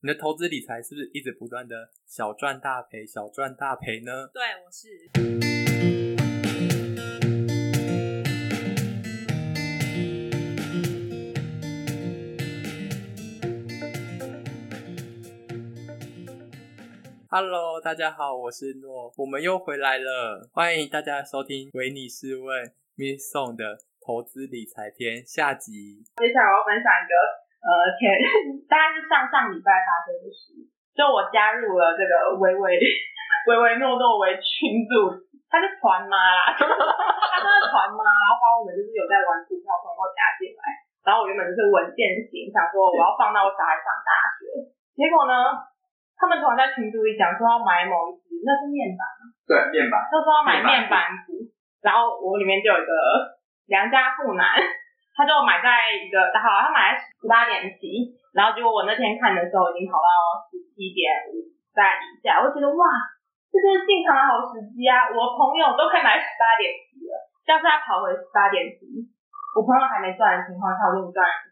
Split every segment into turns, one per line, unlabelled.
你的投资理财是不是一直不断的小赚大赔、小赚大赔呢？
对，我是
Hello，大家好，我是诺，我们又回来了，欢迎大家收听维尼试问 Miss Song 的投资理财篇下集。
接下来我要分享一个，呃，前大概是上上礼拜发生的事，就我加入了这个唯唯唯唯诺诺为群组，他是团妈啦， 他真的团妈，帮我们就是有在玩股票，通过加进来。然后我原本就是文件型，想说我要放到我小孩上大学，结果呢，他们突然在群组里讲说要买某一只，那是面板，
对，面板。
就说要买面板股，然后我里面就有一个良家妇男，他就买在一个，好，他买在十八点七，然后结果我那天看的时候已经跑到十七点五在以下，我就觉得哇，这就是进场的好时机啊！我朋友都可以买十八点七了，要是他跑回十八点七，我朋友还没赚的情况下，我就赚了，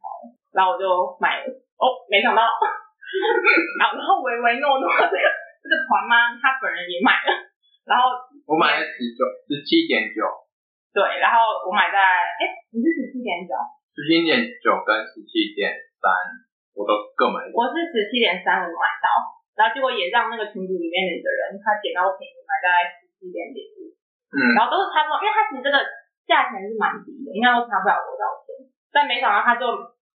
然后我就买了，哦，没想到， 然后唯唯诺诺这个这个团妈她本人也买了，然后
我买了十九十七点九，
对，然后我买在哎，你是十七点九，
十七点九跟十七点三，我都各买一
我是十七点三五买到，然后结果也让那个群组里面的人他捡到便宜，买在十七点零五，
嗯，
然后都是差不多，因为他其实这个价钱是蛮低的，应该都差不了多少钱，但没想到他就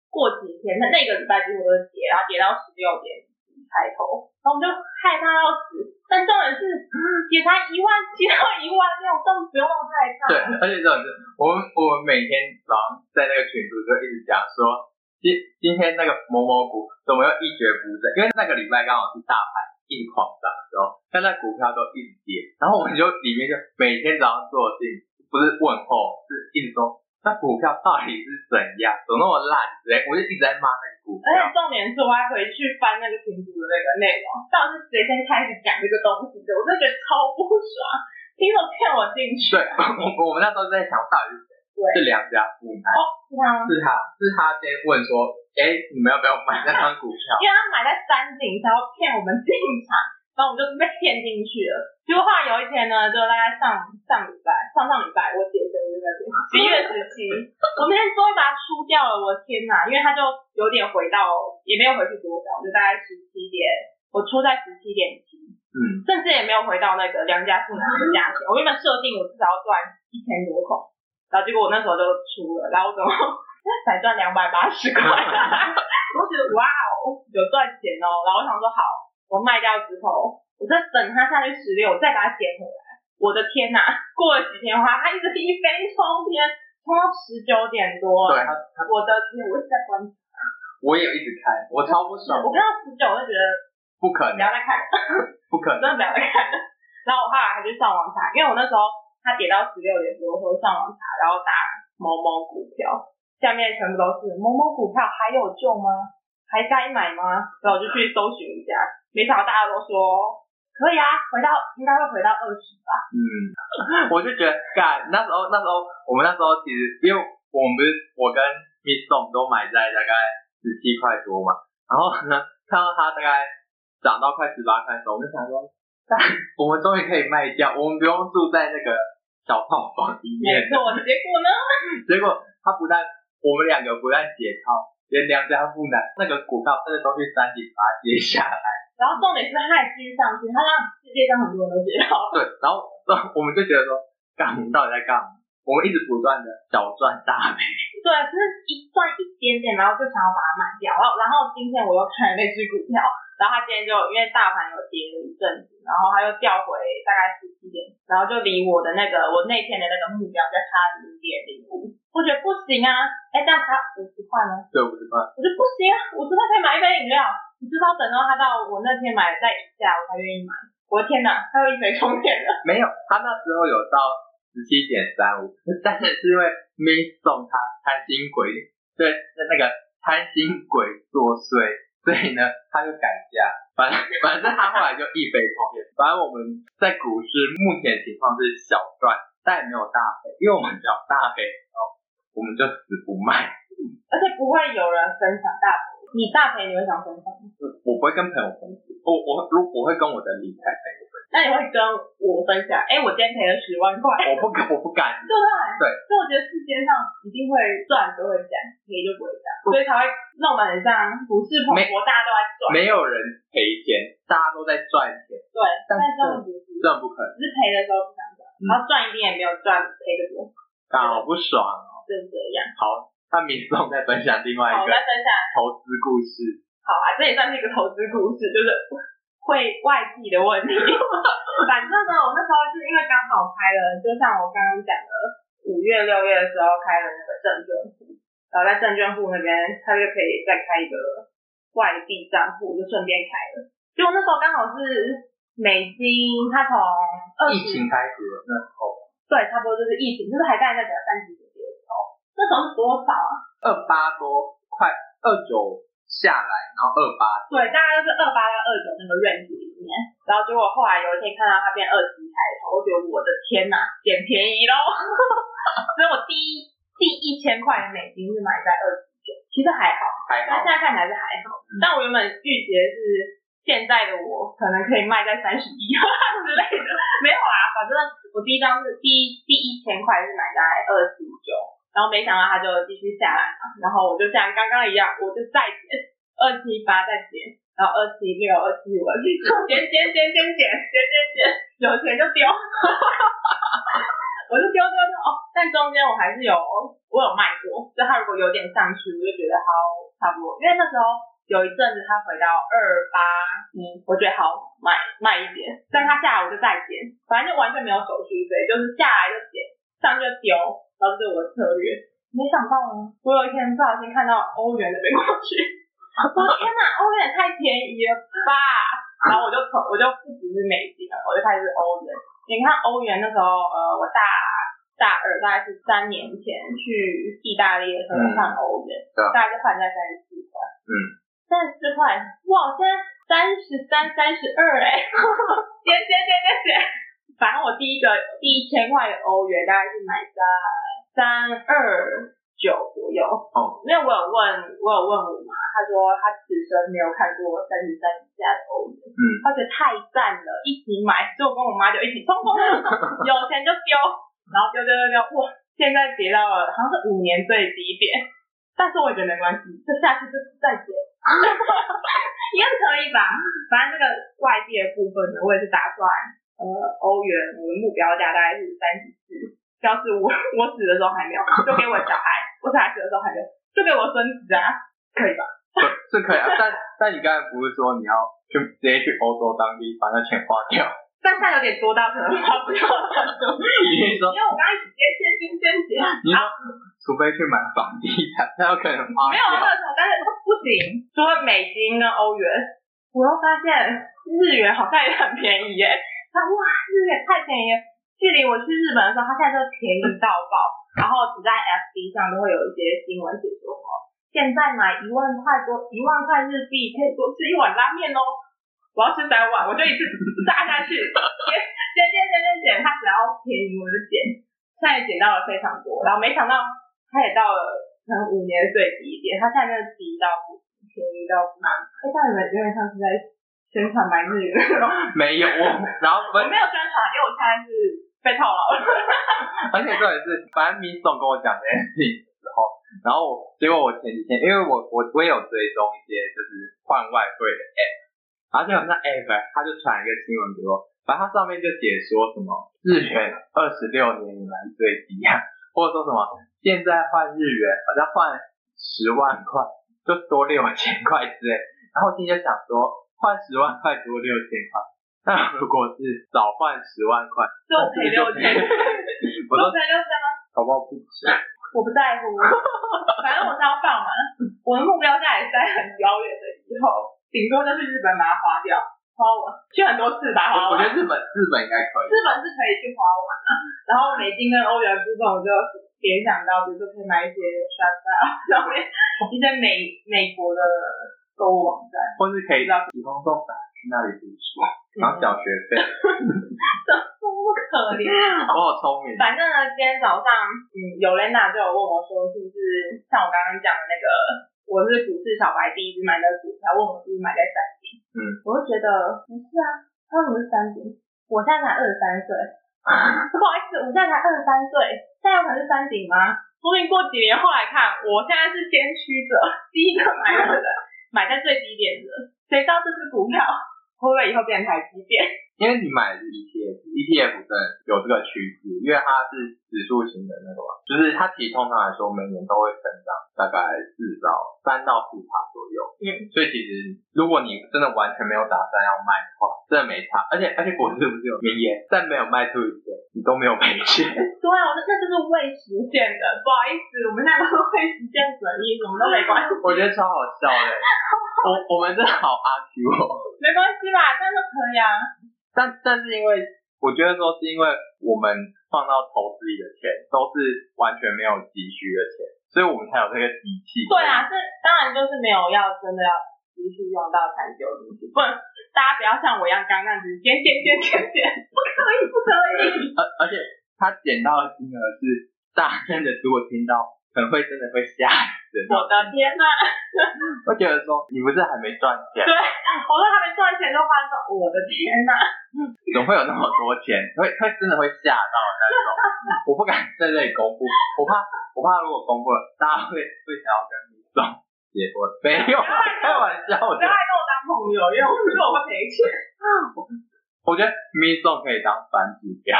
过几天，他那个礼拜几乎都是跌，然后跌到十六点开头，然后我们就害怕要死，但重点是
嗯
也才一万七到一万六，根本不用那么害怕。
对，而且这种是我们我们每天早上在那个群组就一直讲说，今今天那个某某股怎么又一蹶不振？因为那个礼拜刚好是大盘一直狂涨的时候，现在股票都一直跌，然后我们就里面就每天早上做的事情不是问候，是一直说那股票到底是怎样，怎么那么烂之类，我就一直在骂那个股
而且
票。
重点是，我还回去翻那个群组的那个内容，到底是谁先开始讲这个东西的，我真的觉得超不爽，凭什么骗我进去
对，？我我们那时候在想到底是谁，
对，
是良家妇男。
是啊，
是他是他先问说，哎、你们要不要买那张股票？
因为他买在山顶，然后骗我们进场，然后我们就被骗进去了。结果后来有一天呢，就大概上上礼拜、上上礼拜，我姐生日那天，十一月十七，我那天终于把它出掉了，我的天哪！因为他就有点回到，也没有回去多少，就大概十七点，我出在十七点七。
嗯，
甚至也没有回到那个良家妇男的价钱。我原本设定我至少要赚一千多块，然后结果我那时候就出了，然后我怎么 才赚两百八十块？我觉得哇哦，有赚钱哦。然后我想说好，我卖掉之后，我再等它下去十六，我再把它捡回来。我的天呐，过了几天的话，它一直一飞冲天，冲到十九点多。
对他他
我的天，我一直在关注，
我也一直看，我超不爽
我，看到十九我就觉得
不可
不
能，
要再看了。
不可
我
能，
真的不要再看了。然后我后来还去上网查，因为我那时候它跌到十六点多，我上网查，然后打某某股票，下面全部都是某某股票还有救吗？还该买吗？然后我就去搜寻一下，没想到大家都说可以啊，回到应该会回到二十吧。
嗯， 我就觉得干那时候那时候我们那时候其实因为我们不是我跟 Miss Song 都买在大概十七块多嘛，然后呢 看到它大概涨到快十八块的时候，我就想说，干我们终于可以卖掉，我们不用住在那个小套房里面
没。错，结果呢？
结果他不但我们两个不但解套，连良家妇男那个股票真的都去山顶把它接下来。
然后重点是它还继续上去，它让世界上很多人都知道。
对，然后然后我们就觉得说，干我们到底在干嘛？我们一直不断的小赚大赔。
对，啊就是一赚一点点，然后就想要把它买掉。然后，然后今天我又看了那只股票，然后它今天就因为大盘有跌了一阵子，然后它又掉回大概十七点，然后就离我的那个我那天的那个目标就差零点零五，我觉得不行啊，哎，但差五十块呢，
对，我就说，
啊我觉得不行啊，五十块可以买一杯饮料，你至少等到它到我那天买的在以下，我才愿意买。我的天哪，它又一飞冲天了，
没有，他那时候有到十七点三五， 但是是因为 Miss 送他贪心鬼，对，那个贪心鬼作祟。所以呢，他就改价，反正 反正他后来就一飞冲天。反正我们在股市目前情况是小赚，但也没有大赔，因为我们只要大赔哦，我们就死不卖。
而且不会有人分享大盘。你大赔你会想分享吗？
我不会跟朋友分析，我我如我会跟我的理财朋友分
那你会跟我分享？哎、我今天赔了十万块，
享，我不敢，我不敢，
对不对？
对。
所以我觉得世界上一定会赚就会讲，赔就不会讲，所以才会弄得很像股市蓬
没
勃，大家都在赚。
没有人赔钱，大家都在赚钱，
对，但
但
是这种股
是嗯
市
这不可能，
只是赔的时候不想讲，然后赚一定也没有赚赔的多，
好不爽哦。
就是这样。
好，那民众再分享另外
好，我
一个
再分享
投资故事，
好啊，这也算是一个投资故事，就是会外币的问题。 反正呢，我那时候是因为刚好开了，就像我刚刚讲的，五月六月的时候开了那个证券户，然后在证券户那边，他就可以再开一个外币账户，就顺便开了。结果那时候刚好是美金，它从二
疫
十
情开始的那时候，
对，差不多就是疫情，就是还在那个三级警戒的时候，那时候是多少啊？
二八多快二九下来，然后二八
对，大概就是二八到二九那个 range 里面。然后结果后来有一天看到它变二级开头，我觉得我的天呐，捡便宜喽！ 所以我第一第一千块的美金是买在二十九，其实还好，
还
但现，
好
在看起来是还好。但我原本预期的是现在的我可能可以卖在三十一啊之类的，没有啦，反正我第一张是第一第一千块是买在二十九，然后没想到它就继续下来嘛，然后我就像刚刚一样，我就再减二七八再减，然后二七六、二七五、二七九，减减减减减减减减，有钱就丢。我就丢丢丢哦，但中间我还是有哦我有卖过，就它如果有点上去，我就觉得好差不多，因为那时候有一阵子它回到二八一，我觉得好买卖一点，但它下来我就再减，反正就完全没有手续费，就是下来就减，上就丢，然后这是我的策略。没想到呢，我有一天不小心看到欧元的飞过 去，我的天哪，欧元也太便宜了吧！然后我就从我就不只是美金了，我就开始欧元。你看欧元那时候，呃，我大大二大概是三年前去意大利的时候
嗯
换欧元，
对啊
大概就换在三十四块。
嗯，
三十四块，哇，现在三十三、三十二哎， 减减减减减。反正我第一个第一千块的欧元大概是买在三二九左右。
哦，
因为我有问我有问我妈，她说她此生没有看过三十三以下的欧元，
嗯，
她觉得太赞了，一起买，所以我跟我妈就一起冲冲冲， 有钱就丢，然后丢丢丢丢，哇，现在跌到了好像是五年最低点， 但是我觉得没关系，就下次就再 跌， 应该可以吧？反正这个外币的部分呢，我也是打算，呃，欧元我的目标价大概是三十四，要是我我死的时候还没有，就给我小孩，我小孩死的时候还没有，就给我孙子啊，可以吧？
是可以啊。但但你刚才不是说你要去直接去欧洲当地把那钱花掉？
但现在有点多到可能花不掉的程度，
你是说
因为我刚刚一直接现金先结，
你说除非去买房地产，才有可能花
没有那
掉。
个时候，但是不行，除了美金跟欧元，我又发现日元好像也很便宜耶，啊哇，日元太便宜了，距离我去日本的时候，它现在就便宜到爆，然后只在 FB 上都会有一些新闻解说哦，现在买一万块多，一万块日币可以多吃一碗拉面哦。我要吃三碗，我就一次炸下去，减减减减减减，它只要便宜我就减，现在减到了非常多，然后没想到它也到了可能五年的最低点，它现在就是低到不行便宜到不行。哎、这样你们有点像是在宣传买日元，我
没有啊我，然后不是
没有宣传，因为我现在是被套牢了。
而且重点是，反正米总跟我讲这件事情的时候，然后我结果我前几天，因为我我我也有追踪一些就是换外汇的 app，然后就有那 app 他就传一个新闻给我，反正它上面就解说什么日元二十六年以来最低啊，或者说什么现在换日元好像换十万块就多六千块之类，然后我今天想说换十万块多六千块，那如果是早换十万块，
就赔六千，
我说
就赔哦六千吗？
搞不好不止。
我不在乎，反正我是要放嘛。我的目标价也是在很遥远的以后，顶多就去日本把它花掉，花我去很多次吧，花
我我
完
觉。得日本日本应该可以
日，本是可以去花玩啊，然后美金跟欧元的部分，我就联想到，比如说可以买一些 Shopify 上面一些美美国的购物网站，
或是可以让提供送达去那里读书，然后缴学费。
嗯多嗯可怜。啊
我好聪明，
反正呢，今天早上，嗯，尤莲娜就有问我说，是不是像我刚刚讲的那个我是股市小白，第一只买的股票，问我是不是买在三点，
嗯，
我就觉得不是啊，他为什么是三点？我现在才二十三岁， 不好意思，我现在才二十三岁，现在有可能是三顶吗？说不定过几年后来看，我现在是先驱者，第一个买的人，买在最低点的，谁知道这只股票会不会以后变成台积电？
因为你买的是 E ETF，ETF 真的有这个趋势，因为它是指数型的那个嘛，就是它其实通常来说每年都会增长大概至少三到四趴左右。
嗯，
所以其实如果你真的完全没有打算要卖的话，真的没差。而且而且股市不是有名言，在没有卖出以前，你都没有赔钱。
对啊，我这那就是未实现的，不好意思，我们现在都是未实现主义，什么 都没关系，
我觉得超好笑的。我我们真的好阿 Q 哦。
没关系吧，这样就可以啊。
但但是因为我觉得说是因为我们放到投资里的钱都是完全没有急需的钱，所以我们才有这个底气。
对啊，这当然就是没有要真的要继续用到残酒进去，不然大家不要像我一样刚那样子点点点点点，不可以不可以。
而而且他捡到的金额是大声的，如果听到可能会真的会吓死的 那种。
我的天呐、
会觉得说你不是还没赚钱
对，，哎我都还没赚钱就花光，我的天呐、
怎么会有那么多钱？会会真的会吓到的那种。 我不敢在这里公布，我怕我怕如果公布了，大家会会想要跟你送结婚。没有，开玩笑
不要
的。
来跟我当朋友，因为我觉得我会赔 钱。
我觉得 Mi 送可以当反指标，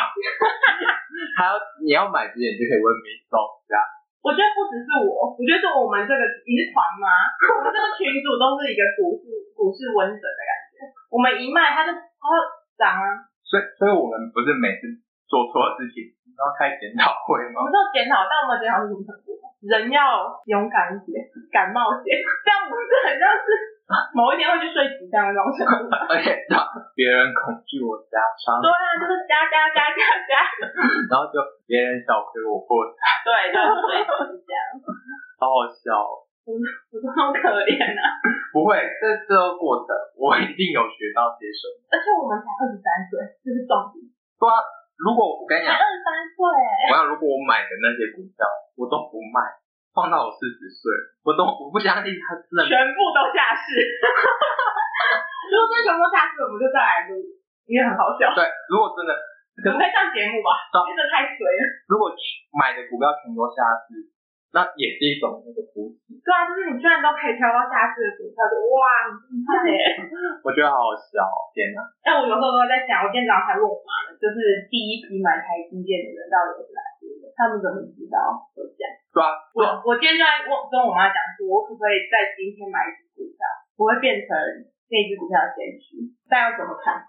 还有你要买之前就可以问 Mi 送一下。
我觉得不只是我，我觉得是我们这个你是团吗？我们这个群主都是一个股市股市瘟神的感觉。我们一卖它就它就涨啊，
所以所以我们不是每次做错事情都要开检讨会
我们
吗？
就检讨，但我们检讨是什么程度？啊人要勇敢一些，敢冒险，这样不是很像是某一天会去睡几张那种程度？
而且让别人恐惧我加伤
对，啊，就是加加加加加，
然后就别人小亏我破产，
对，就是睡几张，
好好笑哦。
我都好可怜啊！
不会，这这个过程我一定有学到些什么。
而且我们才二十三岁，这是重点，
不然，如果我跟你
才
讲，
二十三岁欸，
我想如果我买的那些股票我都不卖，放到我四十岁，我都我不相信它真的
全部都下市。 如果真的全部都下市，我们就再来录，因为很好笑。
对。如果真的，
我们可以上节目吧？因为这太水了。
如果买的股票全都下市，那也是一种那个福气。
对啊，就是你居然都可以挑到下市的股票，就 哇，你太欸！
我觉得好好笑哦，天哪！
但我有时候都在想，我今天早上才问我妈呢，就是第一批买台积电的人到底是哪些人？他们怎么知道我讲？
对啊，
我我今天就在问跟我妈讲说，我可不可以在今天买一只股票，我会变成那只股票的先驱？但要怎么看？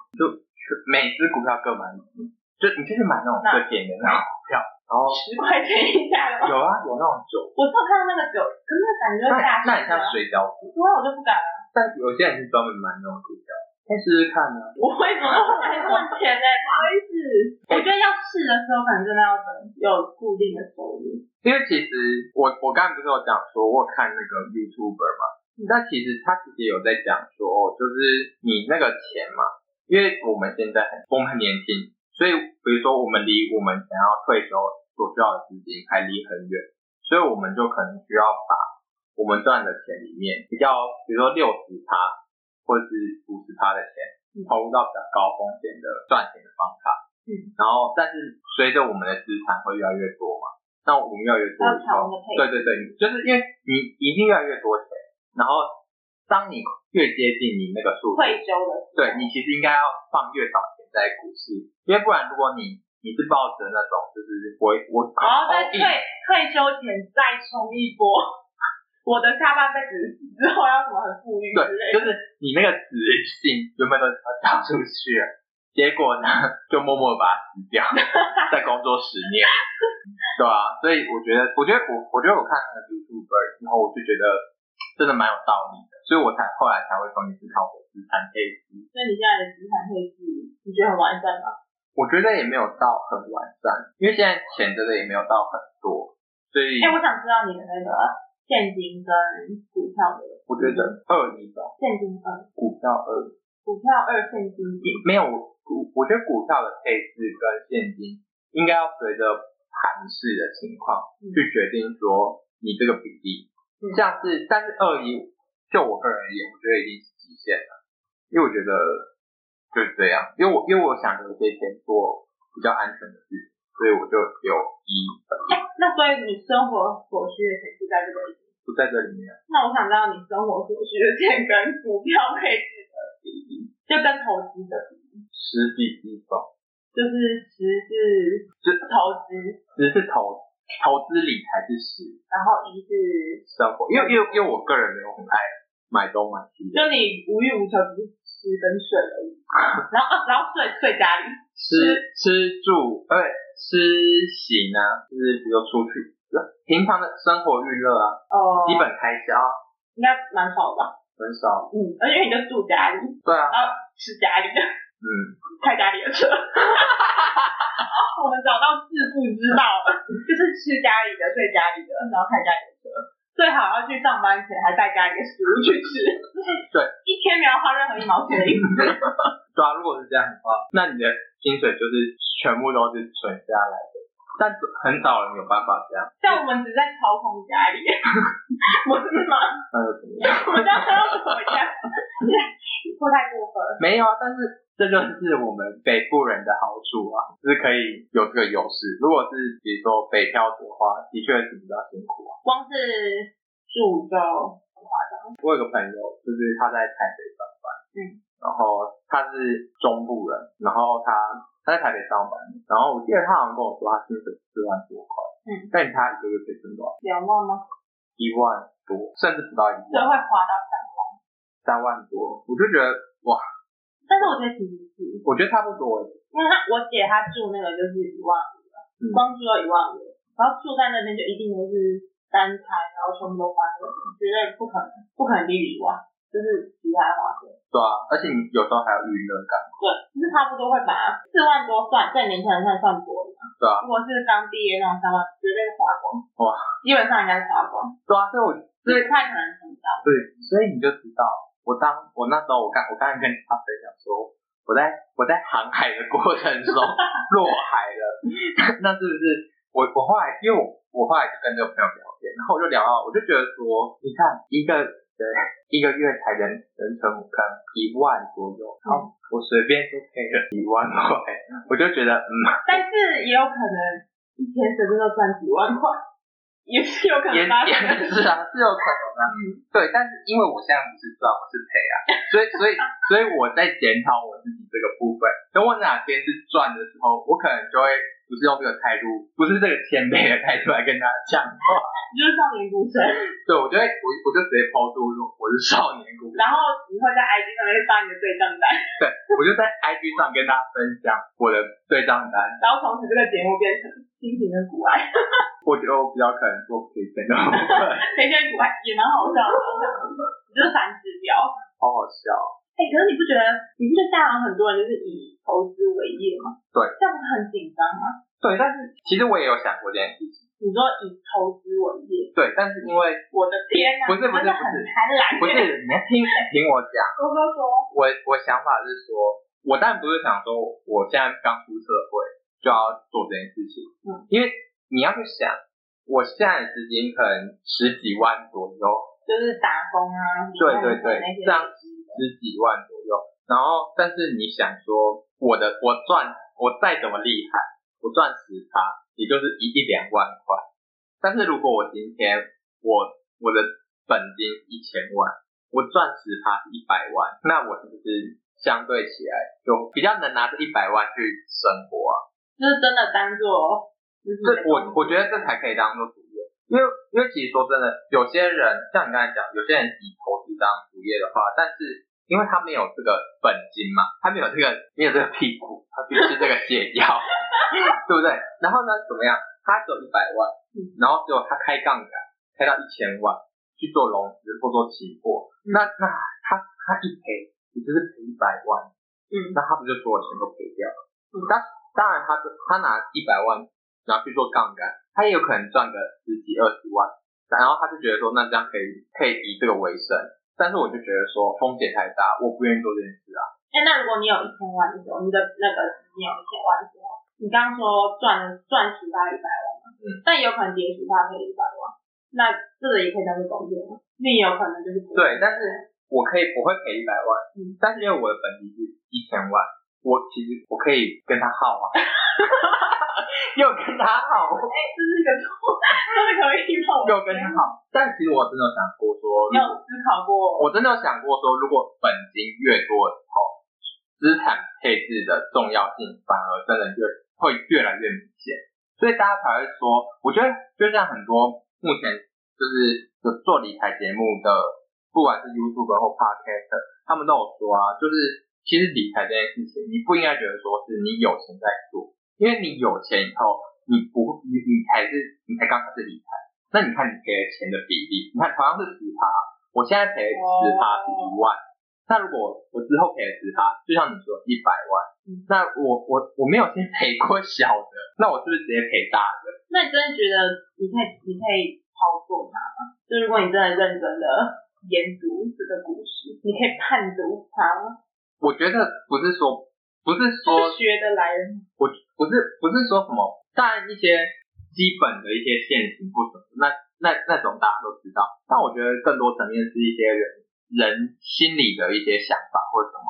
每只股票各买一只，就你就是买那种最便宜的那种股票，然后
十块钱以下的吗？
有啊有那种酒，
我只有看到那个九，可是那感觉
那
大
那很像
啊，
水饺股，
所以我就不敢了。
但有些人是专门买那种股票，先试试看呢、啊
我为什么还赚钱呢？不好意思，我觉得要试的时候，可能真的要等有固定的收入。
因为其实我我刚才不是有讲说，我有看那个 YouTuber 嘛，那其实他其实有在讲说，哦，就是你那个钱嘛，因为我们现在很我们很年轻，所以比如说我们离我们想要退休所需要的资金还离很远，所以我们就可能需要把我们赚的钱里面比较，比如说六十趴或者是五十趴的钱
嗯，
投入到比较高风险的赚钱的方法，
嗯，
然后但是随着我们的资产会越来越多嘛，那我们越来越多
要
以
调
后
我，们的配置
对对对，就是因为你一定越来越多钱，然后当你越接近你那个数字，
退休的时候
对你其实应该要放越少钱在股市，因为不然如果你你是抱着那种就是我我
然后在
好
退退休前再冲一波， 我的下半辈子之后要怎么很富裕之类的
对，就。是你那个值性原本都要交出去了，结果呢就默默地把它吃掉，再工作十年，对啊，所以我觉得，我觉得我我觉得我看那个 YouTuber 之后，我就觉得真的蛮有道理的，所以我才后来才会重新思考我的资产配置。
所以你现在的资产配置，你觉得很完善吗？
我觉得也没有到很完善，因为现在钱真的也没有到很多，所以
哎、我想知道你的那个现金跟股票的
我觉得二一吧，
现金二，
股票二
股票二现金一。
没有股，我觉得股票的配置跟现金应该要随着盘势的情况
嗯
去决定说你这个比例像是但是二一，就我个人而言，我觉得已经是极限了，因为我觉得就是这样，因为我因为我想留些钱做比较安全的事情，所以我就有一
哎、 那所以你生活所需的钱是在这个里面。
不在这里面，
那我想知道你生活所需的钱跟股票配置的比例，就跟投资的比例，
十比一吧，
就是十是
是
投资，
只是投投资理财是十，
然后一是
生活，因为因为因为我个人没有很爱买东买西的，
就你无欲无求，只是吃跟睡而已。然后，啊然后睡睡家里，
吃吃住，呃，吃行啊，就是比如说出去，平常的生活娱乐啊，
哦、
基本开销啊
应该蛮少的吧？
很少，
嗯，而且你就住家里，
对啊，
吃家里的，
嗯，
开家里的车。哦， 我们找到致富之道了，就是吃家里的，睡家里的，然后开家里的车。最好要去上班前还带家里的食物去吃，
对，
一天没有花任何一毛钱的意思。
对啊，如果是这样的话，那你的薪水就是全部都是存下来的，但是很少人有办法这样，
像我们只在操控家里， 不是吗？
那又呃怎么样？
我们这样要怎么 样？你说太过分了。
没有啊，但是这就是我们北部人的好处啊，就是可以有这个优势。如果是比如说北漂族的话，的确是比较辛苦啊。
光是住就
我有个朋友，就是他在台北上班，
嗯，
然后他是中部人，然后他他在台北上班，然后我记得他好像跟我说他薪水四万多块，
嗯，
但他一个月可以挣多少？
两万吗？
一万多，甚至不到一
就
万，
会花到三万，
三万多，我就觉得
但是我觉得其实是，因
我觉得差不多欸了，
为他我姐她住那个就是一万五了
嗯，
光住要一万五，然后住在那边就一定都是单餐，然后全部都花费，绝对不可能不可能低于一万，就是其他花费。
对啊，而且你有时候还有娱乐感，
对，就是差不多会把四万多算，在年轻人算算多了嘛。
对啊
如果是刚毕业那种三万，绝对是花光。
哇，
基本上应该是花光，
对啊，所以我
不太可能存到。
对，所以你就知道，我当我那时候我刚我刚才跟他分享说，我在我在航海的过程中落海了， 那是不是我我后来因为我我后来就跟这个朋友聊天，然后我就聊到，我就觉得说，你看一个人一个月才能能存可能一万左右，然后我随便就可以了一万块，我就觉得嗯，
但是也有可能一天随便都赚几万块，也是有可
也
能发生。
也是啊，是有可能的、
嗯，
对，但是因为我现在不是赚，我是赔啊，所以所以所以我在检讨我自己这个部分。等我哪天是赚的时候，我可能就会不是用这个态度，不是这个谦卑的态度来跟大家讲话。
就是少年股神，
对，我就会我我就直接抛出说我是少年股，
然后你会在 IG 上面发你的对账单，
对我就在 IG 上跟大家分享我的对账单。
然后从此这个节目变成亲情的古爱，
我觉得我比较可能做赔钱的部分，
赔钱古爱也蛮好笑的，你就是反指标。
好好笑哦。
哎、可是你不觉得，你不觉得大行很多人就是以投资为业吗？
对，
这样不是很紧张吗？
对，但是其实我也有想过这件事情。
你说以投资为业，
对，但是因为
我的天啊，
不是不是
真的很贪婪。
不是，你要听听我讲。
哥哥说，
我我想法是说，我当然不是想说我现在刚出社会就要做这件事情，
嗯，
因为你要去想，我现在的资金可能十几万左右，
就是打工啊，
对对对
那些
这样十几万左右，然后但是你想说我的我赚我再怎么厉害，我赚十趴，也就是一一两万块，但是如果我今天我我的本金一千万，我赚十趴是一百万，那我是不是相对起来就比较能拿着一百万去生活啊？
就是真的当做，就是
这我我觉得这才可以当做主业，因为因为其实说真的，有些人像你刚才讲，有些人以投资当主业的话，但是因为他没有这个本金嘛，他没有这个没有这个屁股，他必须这个泻药， 对不对？然后呢，怎么样？他只有一百万
嗯，
然后只有他开杠杆开到一千万去做融资或做期货，
嗯
那那他他一赔，你就是赔一百万。
嗯，
那他不就所有钱都赔掉了？
嗯
当当然他，他拿一百万，然后去做杠杆，他也有可能赚个十几二十万，然后他就觉得说，那这样可以可以以这个为生。但是我就觉得说风险太大，我不愿意做这件事啊。
哎、那如果你有一千万的时候，你的那个资金有一千万的时候，你刚刚说赚赚十到一百万嘛，
嗯，
但也有可能跌十到可以一百万，那这个也可以当做中介吗？那也有可能就是不
对，但是我可以我会赔一百万，
嗯
但是因为我的本金是一千万，我其实我可以跟他耗啊， 又跟他耗，
这是一个错， 这是可以吗？
又跟他耗。但其实我真的有想过说，
你有思考过？
我真的有想过说，如果本金越多之后，资产配置的重要性反而真的越会越来越明显，所以大家才会说，我觉得就像很多目前就是有做理财节目的，不管是 YouTube 或 Podcast，他们都有说啊，就是其实理财这件事情，你不应该觉得说是你有钱在做，因为你有钱以后，你不你你才是你才刚开始理财，那你看你赔的钱的比例，你看同样是十趴，我现在赔十趴是一万。那如果我之后赔了十趴，就像你说一百万，
嗯
那我我我没有先赔过小的，那我是不是直接赔大的？
那你真的觉得你可以，你可以操作它吗？就如果你真的认真的研读这个故事，你可以判读它吗？
我觉得不是说不是
是
说
学得来的吗？
我不是不是说什么，当然一些基本的一些现行或什么，那那那种大家都知道。但我觉得更多层面是一些人人心里的一些想法或什么，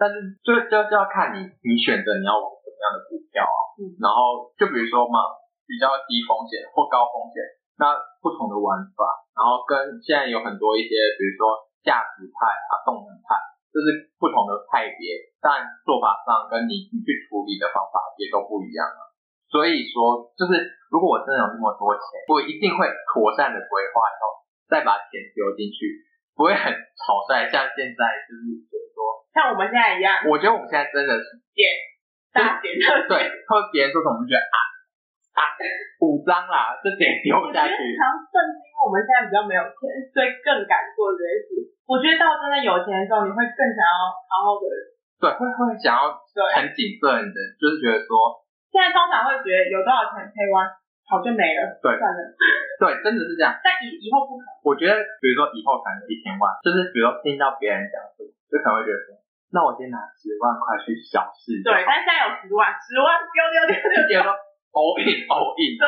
但是就就就要看你你选择你要玩什么样的股票啊。
嗯
然后就比如说嘛，比较低风险或高风险，那不同的玩法，然后跟现在有很多一些，比如说价值派啊、动能派，就是不同的派别，但做法上跟你你去处理的方法也都不一样啊。所以说，就是如果我真的有那么多钱，我一定会妥善的规划以后，再把钱丢进去，不会很草率，像现在就是觉得说，
像我们现在一样，
我觉得我们现在真的是
大学特
对，或者别人说什么，我们就觉得啊啊五张啦，这得丢
我觉
下
得
去。
好像正是因为我们现在比较没有钱，所以更敢做这些事。我觉得到真的有钱的时候，你会更想要好好的。
对，会会想要
对，
很谨慎的，就是觉得说，
现在通常会觉得有多少钱可以玩，好就没了，
对
算了。
对，真的是这样。
但以以后不可能，
我觉得，比如说以后可能有一千万，就是比如说听到别人讲什么，就可能会觉得说，那我先拿十万块去小试，
对，，但现在有十万，十万丢丢丢丢
就觉得说 all in all in。
对，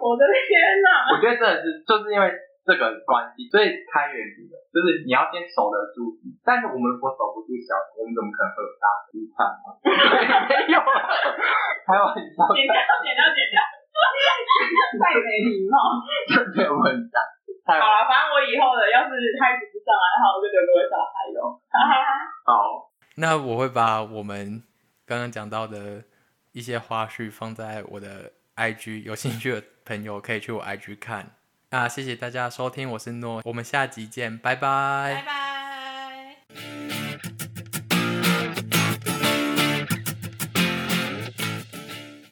我的天哪！
我觉得真的是就是因为这个关系，所以开源的，就是你要先守得住。但是我们如果守不住小的，我们怎么可能会有大的资产呢？ 没有啊，开玩笑，
剪掉，剪掉，剪掉，太没礼貌。
真的有很大。太
好了，反正我以后的要是他一直不上来的话，我就留给我小孩用。哈哈哈。
好，
那我会把我们刚刚讲到的一些花絮放在我的 IG，有兴趣的朋友可以去我 IG 看。那谢谢大家收听，我是诺，我们下集见，拜
拜
拜
拜。